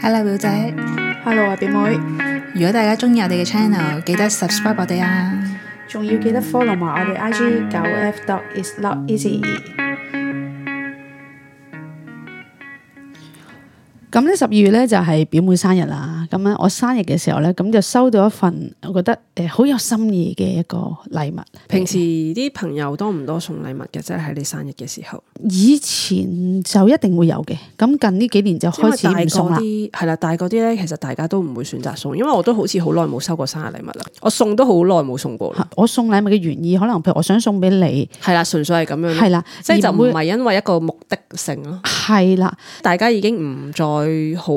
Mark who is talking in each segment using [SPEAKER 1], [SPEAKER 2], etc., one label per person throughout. [SPEAKER 1] Hello 表姐，
[SPEAKER 2] Hello 啊，表妹，
[SPEAKER 1] 如果大家中意我哋嘅 channel，記得 subscribe 我哋啊！
[SPEAKER 2] 仲要記得 follow 埋我哋 IG 九 F dot is not easy。
[SPEAKER 3] 咁咧十二月咧就係表妹生日啦，咁咧我生日嘅時候咧，咁就收到一份我覺得誒好有心意嘅一個禮物。
[SPEAKER 4] 平時啲朋友多唔多送禮物嘅？即係喺你生日嘅時候，
[SPEAKER 3] 以前就一定會有嘅，咁近呢幾年就開
[SPEAKER 4] 因為
[SPEAKER 3] 始唔
[SPEAKER 4] 大個
[SPEAKER 3] 送啦。
[SPEAKER 4] 啲係啦，大個啲咧，其實大家都唔會選擇送，因為我都好似好耐冇收過生日禮物啦，我送都好耐冇送過啦，
[SPEAKER 3] 我送禮物嘅原意可能譬如我想送俾你，
[SPEAKER 4] 係啦，純粹係咁樣咯，
[SPEAKER 3] 係啦，
[SPEAKER 4] 即係就
[SPEAKER 3] 而
[SPEAKER 4] 唔
[SPEAKER 3] 會
[SPEAKER 4] 係因為一個目的性咯，
[SPEAKER 3] 係啦，
[SPEAKER 4] 大家已經唔再好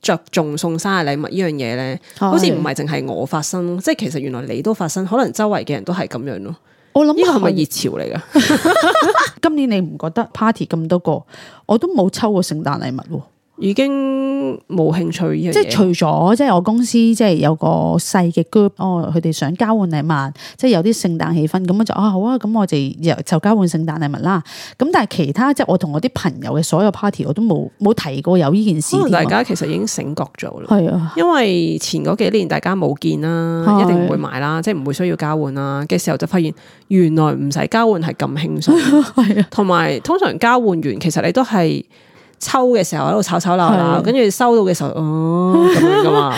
[SPEAKER 4] 着重送生日禮物呢樣嘢咧，好似唔係淨係我發生咯，即係其實原來你都發生，可能周圍嘅人都係咁樣咯，
[SPEAKER 3] 我諗
[SPEAKER 4] 呢個係咪
[SPEAKER 3] 係
[SPEAKER 4] 熱潮嚟㗎？
[SPEAKER 3] 今年你唔覺得 party 咁多個，我都冇抽過聖誕禮物喎。
[SPEAKER 4] 已經冇興趣呢樣嘢，
[SPEAKER 3] 即係除咗即係我公司即係有個細嘅 group，哦，佢哋想交換禮物，即係有啲聖誕氣氛，咁樣就啊好啊，咁我哋又就交換聖誕禮物啦。咁但係其他即係我同我啲朋友嘅所有 party，我都冇冇提過有呢件事
[SPEAKER 4] 可能
[SPEAKER 3] 添
[SPEAKER 4] 哦大
[SPEAKER 3] 啊。
[SPEAKER 4] 家其實已經醒覺咗啦。
[SPEAKER 3] 係啊，
[SPEAKER 4] 因為前嗰幾年大家冇見啦，
[SPEAKER 3] 係
[SPEAKER 4] 一定唔會買啦，即係唔會需要交換啦嘅時候，就發現原來唔使交換係咁 輕鬆，
[SPEAKER 3] 係啊，
[SPEAKER 4] 同埋通常交換完其實你都係抽嘅時候喺度吵吵鬧鬧，
[SPEAKER 3] 係
[SPEAKER 4] 跟住收到嘅時候，哦咁樣噶 嘛。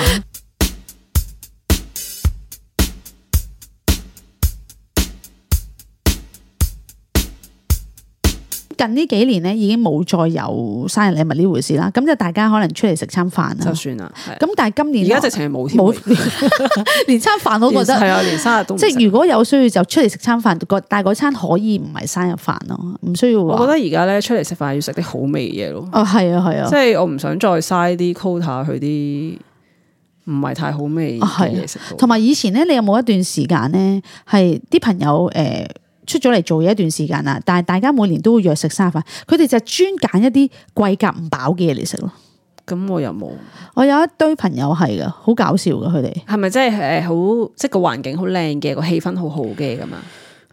[SPEAKER 3] 近呢幾年咧已經冇再有生日禮物呢回事啦。咁就大家可能出嚟食餐飯
[SPEAKER 4] 就
[SPEAKER 3] 啦。
[SPEAKER 4] 算啦，係
[SPEAKER 3] 咁但係今年
[SPEAKER 4] 而家直情係冇添，啊
[SPEAKER 3] 冇連餐飯都覺得
[SPEAKER 4] 係啊，連生日都唔
[SPEAKER 3] 即
[SPEAKER 4] 食
[SPEAKER 3] 係如果有需要就出嚟食餐飯，個但係嗰餐可以唔係生日飯咯，唔需要
[SPEAKER 4] 我
[SPEAKER 3] 話。
[SPEAKER 4] 覺得而家咧出嚟食飯要食啲好味嘅嘢咯，
[SPEAKER 3] 哦，係啊，係啊
[SPEAKER 4] 即，係我唔想再嘥啲 quota 去啲唔係太好味
[SPEAKER 3] 啊係
[SPEAKER 4] 嘅
[SPEAKER 3] 啊
[SPEAKER 4] 嘢食到。
[SPEAKER 3] 同埋以前咧，你有冇一段時間咧係啲朋友誒、呃出咗嚟做嘢一段時間啦，但係大家每年都會約食生日飯，佢哋就專揀一啲貴夾唔飽嘅嘢嚟食咯。
[SPEAKER 4] 咁我又冇。
[SPEAKER 3] 我有一堆朋友係噶，好搞笑噶佢哋。
[SPEAKER 4] 係咪真係誒好，即係個環境好靚嘅，個氣氛好好嘅咁啊？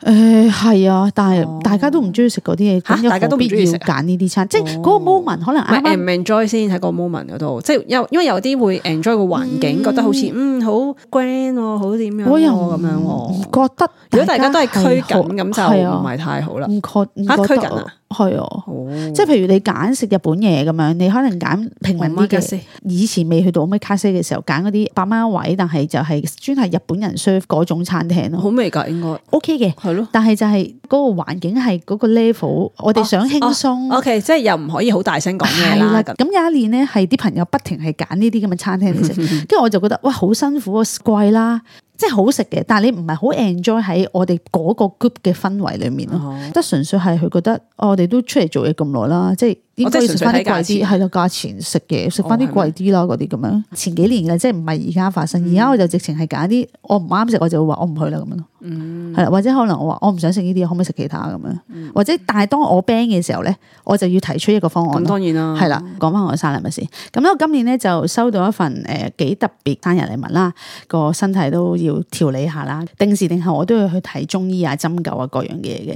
[SPEAKER 3] 誒係、啊，但係大家都唔中意食嗰啲嘢，
[SPEAKER 4] 哦嚇
[SPEAKER 3] 咁又
[SPEAKER 4] 大家
[SPEAKER 3] 何
[SPEAKER 4] 都唔
[SPEAKER 3] 必
[SPEAKER 4] 中意
[SPEAKER 3] 要
[SPEAKER 4] 食啊
[SPEAKER 3] 揀呢啲餐？即係嗰個 moment 可能
[SPEAKER 4] 唔係
[SPEAKER 3] 啱啱
[SPEAKER 4] en- enjoy 先喺個 moment 嗰度，即係因因為有啲會 enjoy 個環境，覺得好似嗯好 grand 喎，好點樣喎
[SPEAKER 3] 我又
[SPEAKER 4] 咁樣
[SPEAKER 3] 唔
[SPEAKER 4] 喎。
[SPEAKER 3] 覺得。
[SPEAKER 4] 如果大家都係拘
[SPEAKER 3] 好
[SPEAKER 4] 謹咁
[SPEAKER 3] 係
[SPEAKER 4] 就
[SPEAKER 3] 啊
[SPEAKER 4] 唔係太好啦。
[SPEAKER 3] 唔確唔
[SPEAKER 4] 嚇
[SPEAKER 3] 覺
[SPEAKER 4] 拘
[SPEAKER 3] 得
[SPEAKER 4] 謹
[SPEAKER 3] 啊
[SPEAKER 4] 啊，
[SPEAKER 3] 係啊，
[SPEAKER 4] 哦，
[SPEAKER 3] 即係譬如你揀食日本嘢咁樣，你可能揀平民啲嘅。
[SPEAKER 4] 先，
[SPEAKER 3] 以前未去到 m a 卡西嘅時候，揀嗰啲百蚊一位，但係就係專係日本人 serve 嗰種餐廳
[SPEAKER 4] 好
[SPEAKER 3] 咯
[SPEAKER 4] 味㗎應該
[SPEAKER 3] ，OK 嘅。
[SPEAKER 4] 係咯。
[SPEAKER 3] 但係就係嗰個環境係嗰個 level，我
[SPEAKER 4] 哦
[SPEAKER 3] 哋想輕鬆。
[SPEAKER 4] OK，即係又唔可以好大聲講嘢
[SPEAKER 3] 係啦，
[SPEAKER 4] 啦咁。
[SPEAKER 3] 咁有一年咧，係啲朋友不停係揀呢啲咁嘅餐廳嚟食，
[SPEAKER 4] 嗯
[SPEAKER 3] 跟住我就覺得哇，好辛苦啊，貴啦，即係好食嘅，但係你唔係好 enjoy 喺我哋嗰個 group 嘅氛圍裡面咯。
[SPEAKER 4] 哦
[SPEAKER 3] 得純粹係佢覺得，哦我哋都出嚟做嘢咁耐啦，即係應該要食翻啲貴
[SPEAKER 4] 哦即係純粹睇
[SPEAKER 3] 啲，
[SPEAKER 4] 價錢
[SPEAKER 3] 係啦，價錢食嘢食翻啲
[SPEAKER 4] 哦係咩
[SPEAKER 3] 貴
[SPEAKER 4] 嗯
[SPEAKER 3] 啲啦，嗰啲咁樣。前幾年嘅即係唔係而家發生，而家我就直情係揀啲我唔啱食，我就會話哦我唔去啦咁樣咯。
[SPEAKER 4] 嗯
[SPEAKER 3] 係啦，或者可能我話我哦唔想食呢啲，可唔可以食其他咁樣？或者但係當我 ban 嘅時候咧，我就要提出一個方案咯。
[SPEAKER 4] 咁當然啦，
[SPEAKER 3] 係啦，講翻我嘅生日禮物先。咁咧，我今年咧就收到一份誒、呃、幾特別生日禮物啦，個身體都要調理下啦。定時定候我都要去睇中醫啊、針灸啊各樣嘅嘢嘅。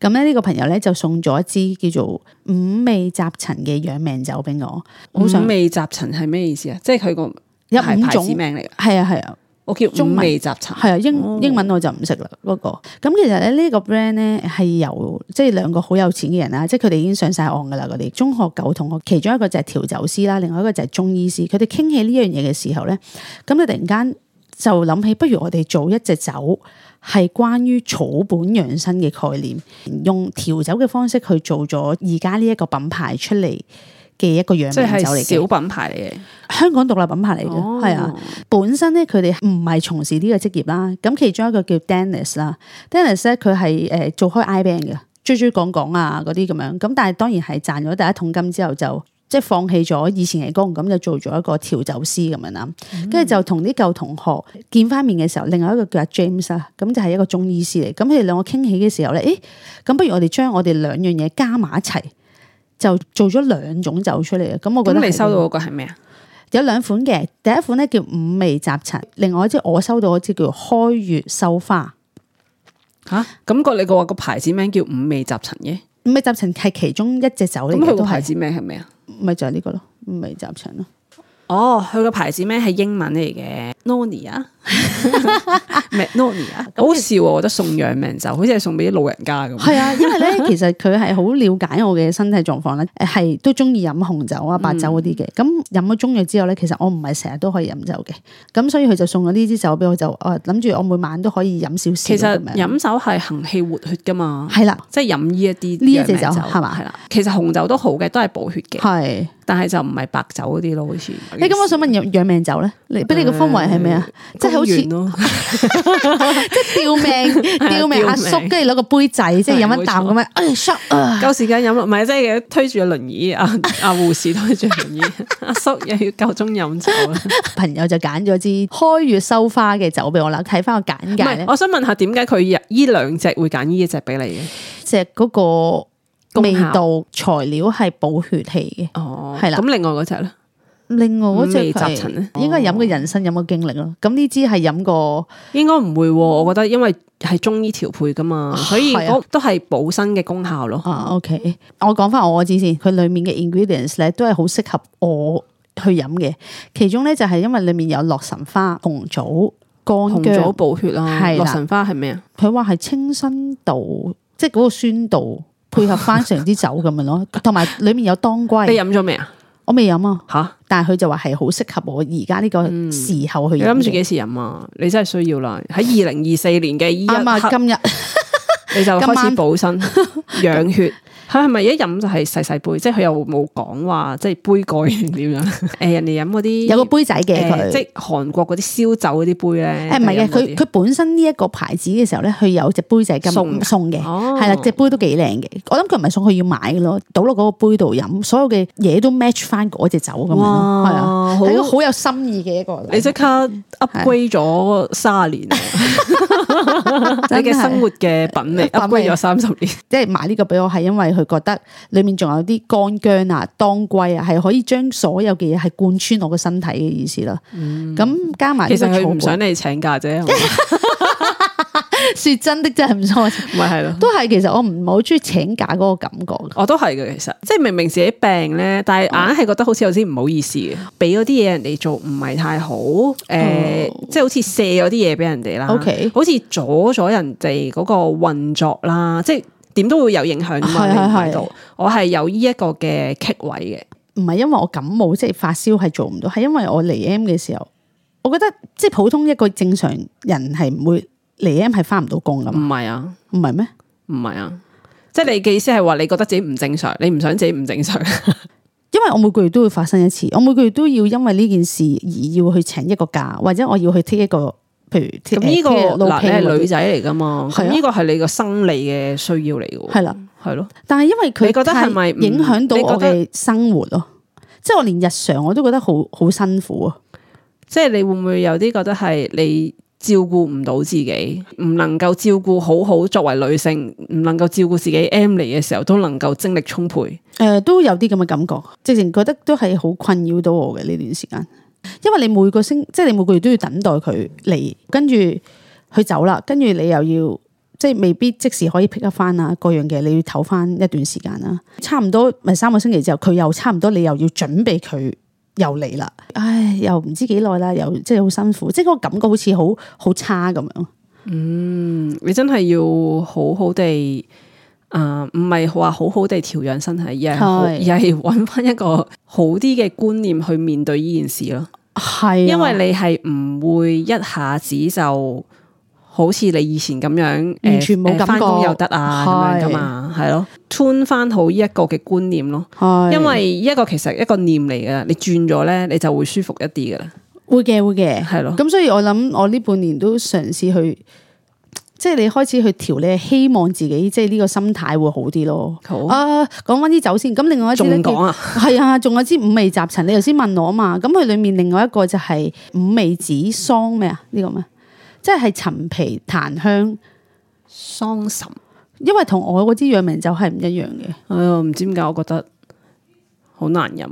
[SPEAKER 3] 咁咧呢個朋友咧就送咗一支叫做五味雜陳嘅養命酒俾我，好想
[SPEAKER 4] 五味雜陳係咩意思啊？即係佢個
[SPEAKER 3] 有
[SPEAKER 4] 牌
[SPEAKER 3] 五
[SPEAKER 4] 牌
[SPEAKER 3] 種
[SPEAKER 4] 子，名嚟㗎。
[SPEAKER 3] 係啊係啊。
[SPEAKER 4] 我叫
[SPEAKER 3] 中
[SPEAKER 4] 五
[SPEAKER 3] 文
[SPEAKER 4] 味雜陳。
[SPEAKER 3] 係啊，
[SPEAKER 4] 哦
[SPEAKER 3] 英英文我就唔識啦嗰個。咁其實咧呢個 brand 咧係由即係兩個好有錢嘅人啊啦，即係佢哋已經上晒岸噶啦。佢哋中學九同學，其中一個就係調酒師啦，另外一個就係中醫師。佢哋傾起呢樣嘢嘅時候咧，咁你突然間就諗起，不如我哋做一隻酒。係關於草本養生嘅概念，用調酒嘅方式去做咗而家呢一個品牌出嚟嘅一個養
[SPEAKER 4] 即
[SPEAKER 3] 命酒嚟
[SPEAKER 4] 係
[SPEAKER 3] 嘅，
[SPEAKER 4] 小品牌嚟嘅，
[SPEAKER 3] 香港獨立品牌嚟嘅，係啊、
[SPEAKER 4] 哦，
[SPEAKER 3] 本身咧佢哋唔係從事呢個職業啦，咁其中一個叫 Dennis 啦，Dennis 咧佢係誒做開 I band 嘅，追追講講啊嗰啲咁樣，咁但係當然係賺咗第一桶金之後就。即係放棄咗以前嘅工，咁就做咗一個調酒師咁樣啦。
[SPEAKER 4] 嗯
[SPEAKER 3] 跟住就同啲舊同學見翻面嘅時候，另外一個叫阿 James 啦，咁就係一個中醫師嚟。咁佢哋兩個傾起嘅時候咧，誒，咁不如我哋將我哋兩樣嘢加埋一齊，就做咗兩種酒出嚟嘅。咁我覺得
[SPEAKER 4] 咁你
[SPEAKER 3] 係
[SPEAKER 4] 收到嗰個係咩啊？
[SPEAKER 3] 有兩款嘅，第一款咧叫五味雜陳，另外一支我收到嗰支叫開月繡花。
[SPEAKER 4] 吓，咁個你個話個牌子名叫五味雜陳嘅，
[SPEAKER 3] 五味雜陳係其中一隻酒嚟
[SPEAKER 4] 咁
[SPEAKER 3] 嘅，
[SPEAKER 4] 佢
[SPEAKER 3] 都
[SPEAKER 4] 個牌
[SPEAKER 3] 係
[SPEAKER 4] 子名係咩啊？
[SPEAKER 3] 咪就係呢個咯，五味雜陳咯。
[SPEAKER 4] 哦，佢個牌子咩係英文嚟嘅，Nonia，唔係 Nonia，好好笑喎！我覺得送養命酒，好似係送俾啲老人家咁。
[SPEAKER 3] 係啊，因為咧，其實佢係好了解我嘅身體狀況咧，誒係都中意飲紅酒
[SPEAKER 4] 嗯
[SPEAKER 3] 啊、白酒嗰啲嘅。咁飲咗中藥之後咧，其實我唔係成日都可以飲酒嘅。咁所以佢就送咗呢支酒俾我，就誒諗住我每晚都可以飲少少
[SPEAKER 4] 其
[SPEAKER 3] 咁
[SPEAKER 4] 實
[SPEAKER 3] 樣。
[SPEAKER 4] 飲酒係行氣活血噶嘛，
[SPEAKER 3] 係啦，
[SPEAKER 4] 即係飲呢一啲
[SPEAKER 3] 呢一隻
[SPEAKER 4] 隻
[SPEAKER 3] 酒係嘛
[SPEAKER 4] 係啦，其實紅酒都好嘅，都係補血嘅，
[SPEAKER 3] 係。
[SPEAKER 4] 但係就唔係白酒嗰啲咯，好似。
[SPEAKER 3] 你咁我想問養養命酒咧，你俾你個氛圍係咩啊？即係好似
[SPEAKER 4] 公園咯，
[SPEAKER 3] 吊 命吊命阿叔
[SPEAKER 4] 啊吊，命
[SPEAKER 3] 跟住攞個杯仔，即係飲一
[SPEAKER 4] 係
[SPEAKER 3] 啖
[SPEAKER 4] 冇錯
[SPEAKER 3] 咁樣，哎 shot 啊！
[SPEAKER 4] 夠時間飲咯，唔係即係推住個輪椅， 阿阿護士推住輪椅， 阿叔又要夠鐘飲酒啊啦。
[SPEAKER 3] 朋友就揀咗支開月收花嘅酒俾我啦，睇翻個簡
[SPEAKER 4] 唔
[SPEAKER 3] 介咧
[SPEAKER 4] 係，，我想問下點解佢依兩隻會揀呢一隻俾你嘅？
[SPEAKER 3] 隻嗰個味
[SPEAKER 4] 功效
[SPEAKER 3] 道材料係補血氣嘅。
[SPEAKER 4] 哦
[SPEAKER 3] 係啦
[SPEAKER 4] 咁另外嗰隻咧，
[SPEAKER 3] 另外嗰隻
[SPEAKER 4] 五味雜陳
[SPEAKER 3] 佢
[SPEAKER 4] 咧
[SPEAKER 3] 係應該係飲過人生飲過經歷咯。咁呢支係飲過
[SPEAKER 4] 應該唔會喎，我覺得因為係中醫調配噶嘛，所以
[SPEAKER 3] 嗯係啊
[SPEAKER 4] 嗰都係補身嘅功效咯。
[SPEAKER 3] 啊，OK。我講翻我嗰支先，佢裡面嘅 ingredients 咧都係好適合我去飲嘅。其中咧就係因為裡面有洛神花、紅棗、乾
[SPEAKER 4] 紅
[SPEAKER 3] 薑
[SPEAKER 4] 棗。補血啦
[SPEAKER 3] 係，啦
[SPEAKER 4] 洛神花係咩啊？
[SPEAKER 3] 佢話係清新度，即係嗰個酸度配合翻成支酒咁樣 咯，同埋裡面有當
[SPEAKER 4] 你
[SPEAKER 3] 歸，
[SPEAKER 4] 飲咗未啊？
[SPEAKER 3] 我未飲啊，
[SPEAKER 4] 吓，
[SPEAKER 3] 但係佢就話係好適合我而家呢個時候去
[SPEAKER 4] 嗯你
[SPEAKER 3] 飲
[SPEAKER 4] 諗住
[SPEAKER 3] 嘅。
[SPEAKER 4] 幾時飲啊？你真係需要啦！喺二零二四年嘅依一
[SPEAKER 3] 啱啊，
[SPEAKER 4] 刻，
[SPEAKER 3] 今日
[SPEAKER 4] 你就
[SPEAKER 3] 今
[SPEAKER 4] 開
[SPEAKER 3] 晚
[SPEAKER 4] 始補 身養血。佢係咪一飲就係細細杯？即係佢又冇講話，即係杯蓋定點樣？ 誒，人哋飲嗰啲
[SPEAKER 3] 有個杯仔嘅
[SPEAKER 4] 誒
[SPEAKER 3] 佢，
[SPEAKER 4] 即係韓國嗰啲燒酒嗰啲杯咧。
[SPEAKER 3] 誒唔係嘅，
[SPEAKER 4] 就飲嗰
[SPEAKER 3] 佢
[SPEAKER 4] 啲
[SPEAKER 3] 佢本身呢一個牌子嘅時候咧，佢有隻杯仔咁
[SPEAKER 4] 送㗎
[SPEAKER 3] 送嘅，
[SPEAKER 4] 哦
[SPEAKER 3] 係啦，隻杯都幾靚嘅。我諗佢唔係送，佢要買嘅咯，倒落嗰個杯度飲，所有嘅嘢都 match 翻嗰隻酒咁樣咯，
[SPEAKER 4] 哇
[SPEAKER 3] 係啊，
[SPEAKER 4] 好
[SPEAKER 3] 係一個好有心意嘅一個禮物。
[SPEAKER 4] 你即刻 upgrade 咗卅年，啊 你嘅生活嘅啊 品味
[SPEAKER 3] 品味
[SPEAKER 4] upgrade 咗三十年。
[SPEAKER 3] 即係買呢個俾我，係因為佢覺得裡面仲有啲乾薑啊、當歸啊，係可以將所有嘅嘢係貫穿我個身體嘅意思啦。咁、加埋呢
[SPEAKER 4] 嗯其
[SPEAKER 3] 個
[SPEAKER 4] 實
[SPEAKER 3] 草
[SPEAKER 4] 佢唔
[SPEAKER 3] 本，
[SPEAKER 4] 想你請假啫，係咪
[SPEAKER 3] 説真的真係唔 錯，
[SPEAKER 4] 咪係咯。
[SPEAKER 3] 都係其實我唔係好中意請假嗰個感覺嘅。
[SPEAKER 4] 我都係嘅，其實即係明明自己病咧，但係硬係覺得好似有啲唔好意思嘅，俾嗰啲嘢人哋做唔係太好，誒、即係好似卸咗啲嘢俾人哋啦
[SPEAKER 3] OK
[SPEAKER 4] 好似阻咗人哋嗰個運作啦，即係點都會有影響㗎嘛。
[SPEAKER 3] 係
[SPEAKER 4] 你唔
[SPEAKER 3] 係
[SPEAKER 4] 喺度，我係有呢一個嘅棘位
[SPEAKER 3] 唔
[SPEAKER 4] 嘅，
[SPEAKER 3] 係因為我感冒即係發燒係做唔到，係因為我嚟 M 嘅時候，我覺得即係普通一個正常人係唔會嚟 M 係翻唔到工噶
[SPEAKER 4] 唔
[SPEAKER 3] 嘛，
[SPEAKER 4] 係啊。
[SPEAKER 3] 唔係咩？
[SPEAKER 4] 唔係啊，即係你嘅意思係話你覺得自己唔正常，你唔想自己唔正 常，
[SPEAKER 3] 因為我每個月都會發生一次，我每個月都要因為呢件事而要去請一個假，或者我要去 take 一個譬如
[SPEAKER 4] 咁
[SPEAKER 3] take
[SPEAKER 4] 呢個
[SPEAKER 3] take
[SPEAKER 4] 嗱你
[SPEAKER 3] low pay
[SPEAKER 4] 係女
[SPEAKER 3] 嗰啲
[SPEAKER 4] 仔嚟噶嘛，
[SPEAKER 3] 係
[SPEAKER 4] 咁
[SPEAKER 3] 啊
[SPEAKER 4] 呢個係你個生理嘅需要嚟嘅喎，
[SPEAKER 3] 係啦，
[SPEAKER 4] 係咯，
[SPEAKER 3] 但係因為佢
[SPEAKER 4] 你覺得
[SPEAKER 3] 太
[SPEAKER 4] 係咪唔
[SPEAKER 3] 影響到
[SPEAKER 4] 你覺
[SPEAKER 3] 我嘅生活咯？即係我連日常我都覺得好好辛苦啊！
[SPEAKER 4] 即係你會唔會有啲覺得係你照顧唔到自己，唔能夠照顧好好作為女性，唔能夠照顧自己 M 嚟嘅時候都能夠精力充沛，
[SPEAKER 3] 誒、呃都有啲咁嘅感覺，直情覺得都係好困擾到我嘅呢段時間，因為你每個星，即係你每個月都要等待佢嚟，跟住佢走啦，跟住你又要即係未必即時可以 pick up 翻啊，各樣嘅你要唞翻一段時間啦，差唔多咪三個星期之後，佢又差唔多，你又要準備佢。又嚟啦！唉，又唔知幾耐啦，又即係好辛苦，即係嗰個感覺好似好好差咁樣。
[SPEAKER 4] 嗯你真係要好好地。啊，唔係話好好地調養身體，而係好而
[SPEAKER 3] 係
[SPEAKER 4] 係揾翻一個好啲嘅觀念去面對呢件事咯。
[SPEAKER 3] 係啊，
[SPEAKER 4] 因為你係唔會一下子就好似你以前咁樣，
[SPEAKER 3] 完全冇
[SPEAKER 4] 呃呃
[SPEAKER 3] 感覺
[SPEAKER 4] 返工又得啊咁樣噶嘛，係咯，turn 翻好呢一個嘅觀念咯。
[SPEAKER 3] 係
[SPEAKER 4] 因為呢一個其實一個念嚟嘅，你轉咗咧，你就會舒服一啲噶啦，
[SPEAKER 3] 會嘅會嘅，
[SPEAKER 4] 係咯。
[SPEAKER 3] 嗯咁所以我諗我呢半年都嘗試去，即係你開始去調，你係希望自己即係呢個心態會好啲咯。
[SPEAKER 4] 好
[SPEAKER 3] 啊，講翻啲酒先，咁另外一支
[SPEAKER 4] 仲
[SPEAKER 3] 咧叫
[SPEAKER 4] 講啊，
[SPEAKER 3] 係啊，仲有支五味雜陳，你頭先問我啊嘛，咁佢裡面另外一個就係五味子桑咩啊？呢、個咩？即係陳皮檀香，
[SPEAKER 4] 桑葚，
[SPEAKER 3] 因為同我嗰支養命酒係唔一樣嘅。
[SPEAKER 4] 哎呀，唔知點解我覺得好難飲。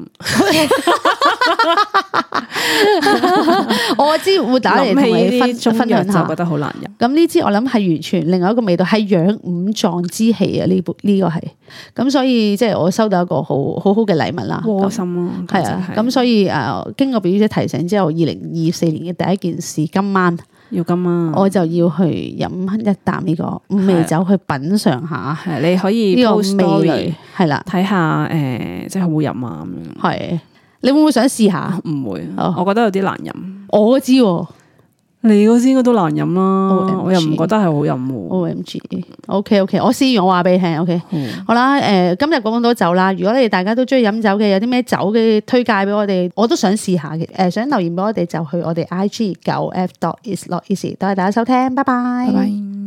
[SPEAKER 3] 我知會打嚟同
[SPEAKER 4] 諗起
[SPEAKER 3] 你
[SPEAKER 4] 呢
[SPEAKER 3] 分
[SPEAKER 4] 啲中
[SPEAKER 3] 分
[SPEAKER 4] 藥
[SPEAKER 3] 享
[SPEAKER 4] 就
[SPEAKER 3] 下
[SPEAKER 4] 覺。得好難飲。
[SPEAKER 3] 咁呢支我諗係完全另外一個味道，係養五臟之氣啊！呢部呢個係咁，所以即係我收到一個好好好嘅禮物啦。
[SPEAKER 4] 窩
[SPEAKER 3] 咁
[SPEAKER 4] 心咯，
[SPEAKER 3] 係啊，
[SPEAKER 4] 簡直
[SPEAKER 3] 咁所以誒、呃，經過表姐提醒之後，二零二四年嘅第一件事，今晚
[SPEAKER 4] 要咁啊！
[SPEAKER 3] 我就要去飲一啖呢個五味酒，去品嚐下
[SPEAKER 4] 係你可以
[SPEAKER 3] 呢個
[SPEAKER 4] post
[SPEAKER 3] 味
[SPEAKER 4] story
[SPEAKER 3] 蕾，係啦，
[SPEAKER 4] 睇下誒，即係好唔好飲啊咁樣。
[SPEAKER 3] 係。你會唔會想試下？
[SPEAKER 4] 唔會，
[SPEAKER 3] 哦
[SPEAKER 4] 我覺得有啲難飲。
[SPEAKER 3] 我知喎
[SPEAKER 4] 你嗰支應該都難飲啦，
[SPEAKER 3] OMG
[SPEAKER 4] 我又唔覺得係好飲喎。
[SPEAKER 3] ，O M G，OK OK，我試完我話俾你聽，OK。
[SPEAKER 4] 嗯
[SPEAKER 3] 好啦，誒、今日講咁多酒啦。如果你哋大家都中意飲酒嘅，有啲咩酒嘅推介俾我哋，我都想試下嘅。誒、想留言俾我哋就去我哋 I G 九 F dot is not easy。多謝大家收聽，拜拜
[SPEAKER 1] 拜拜。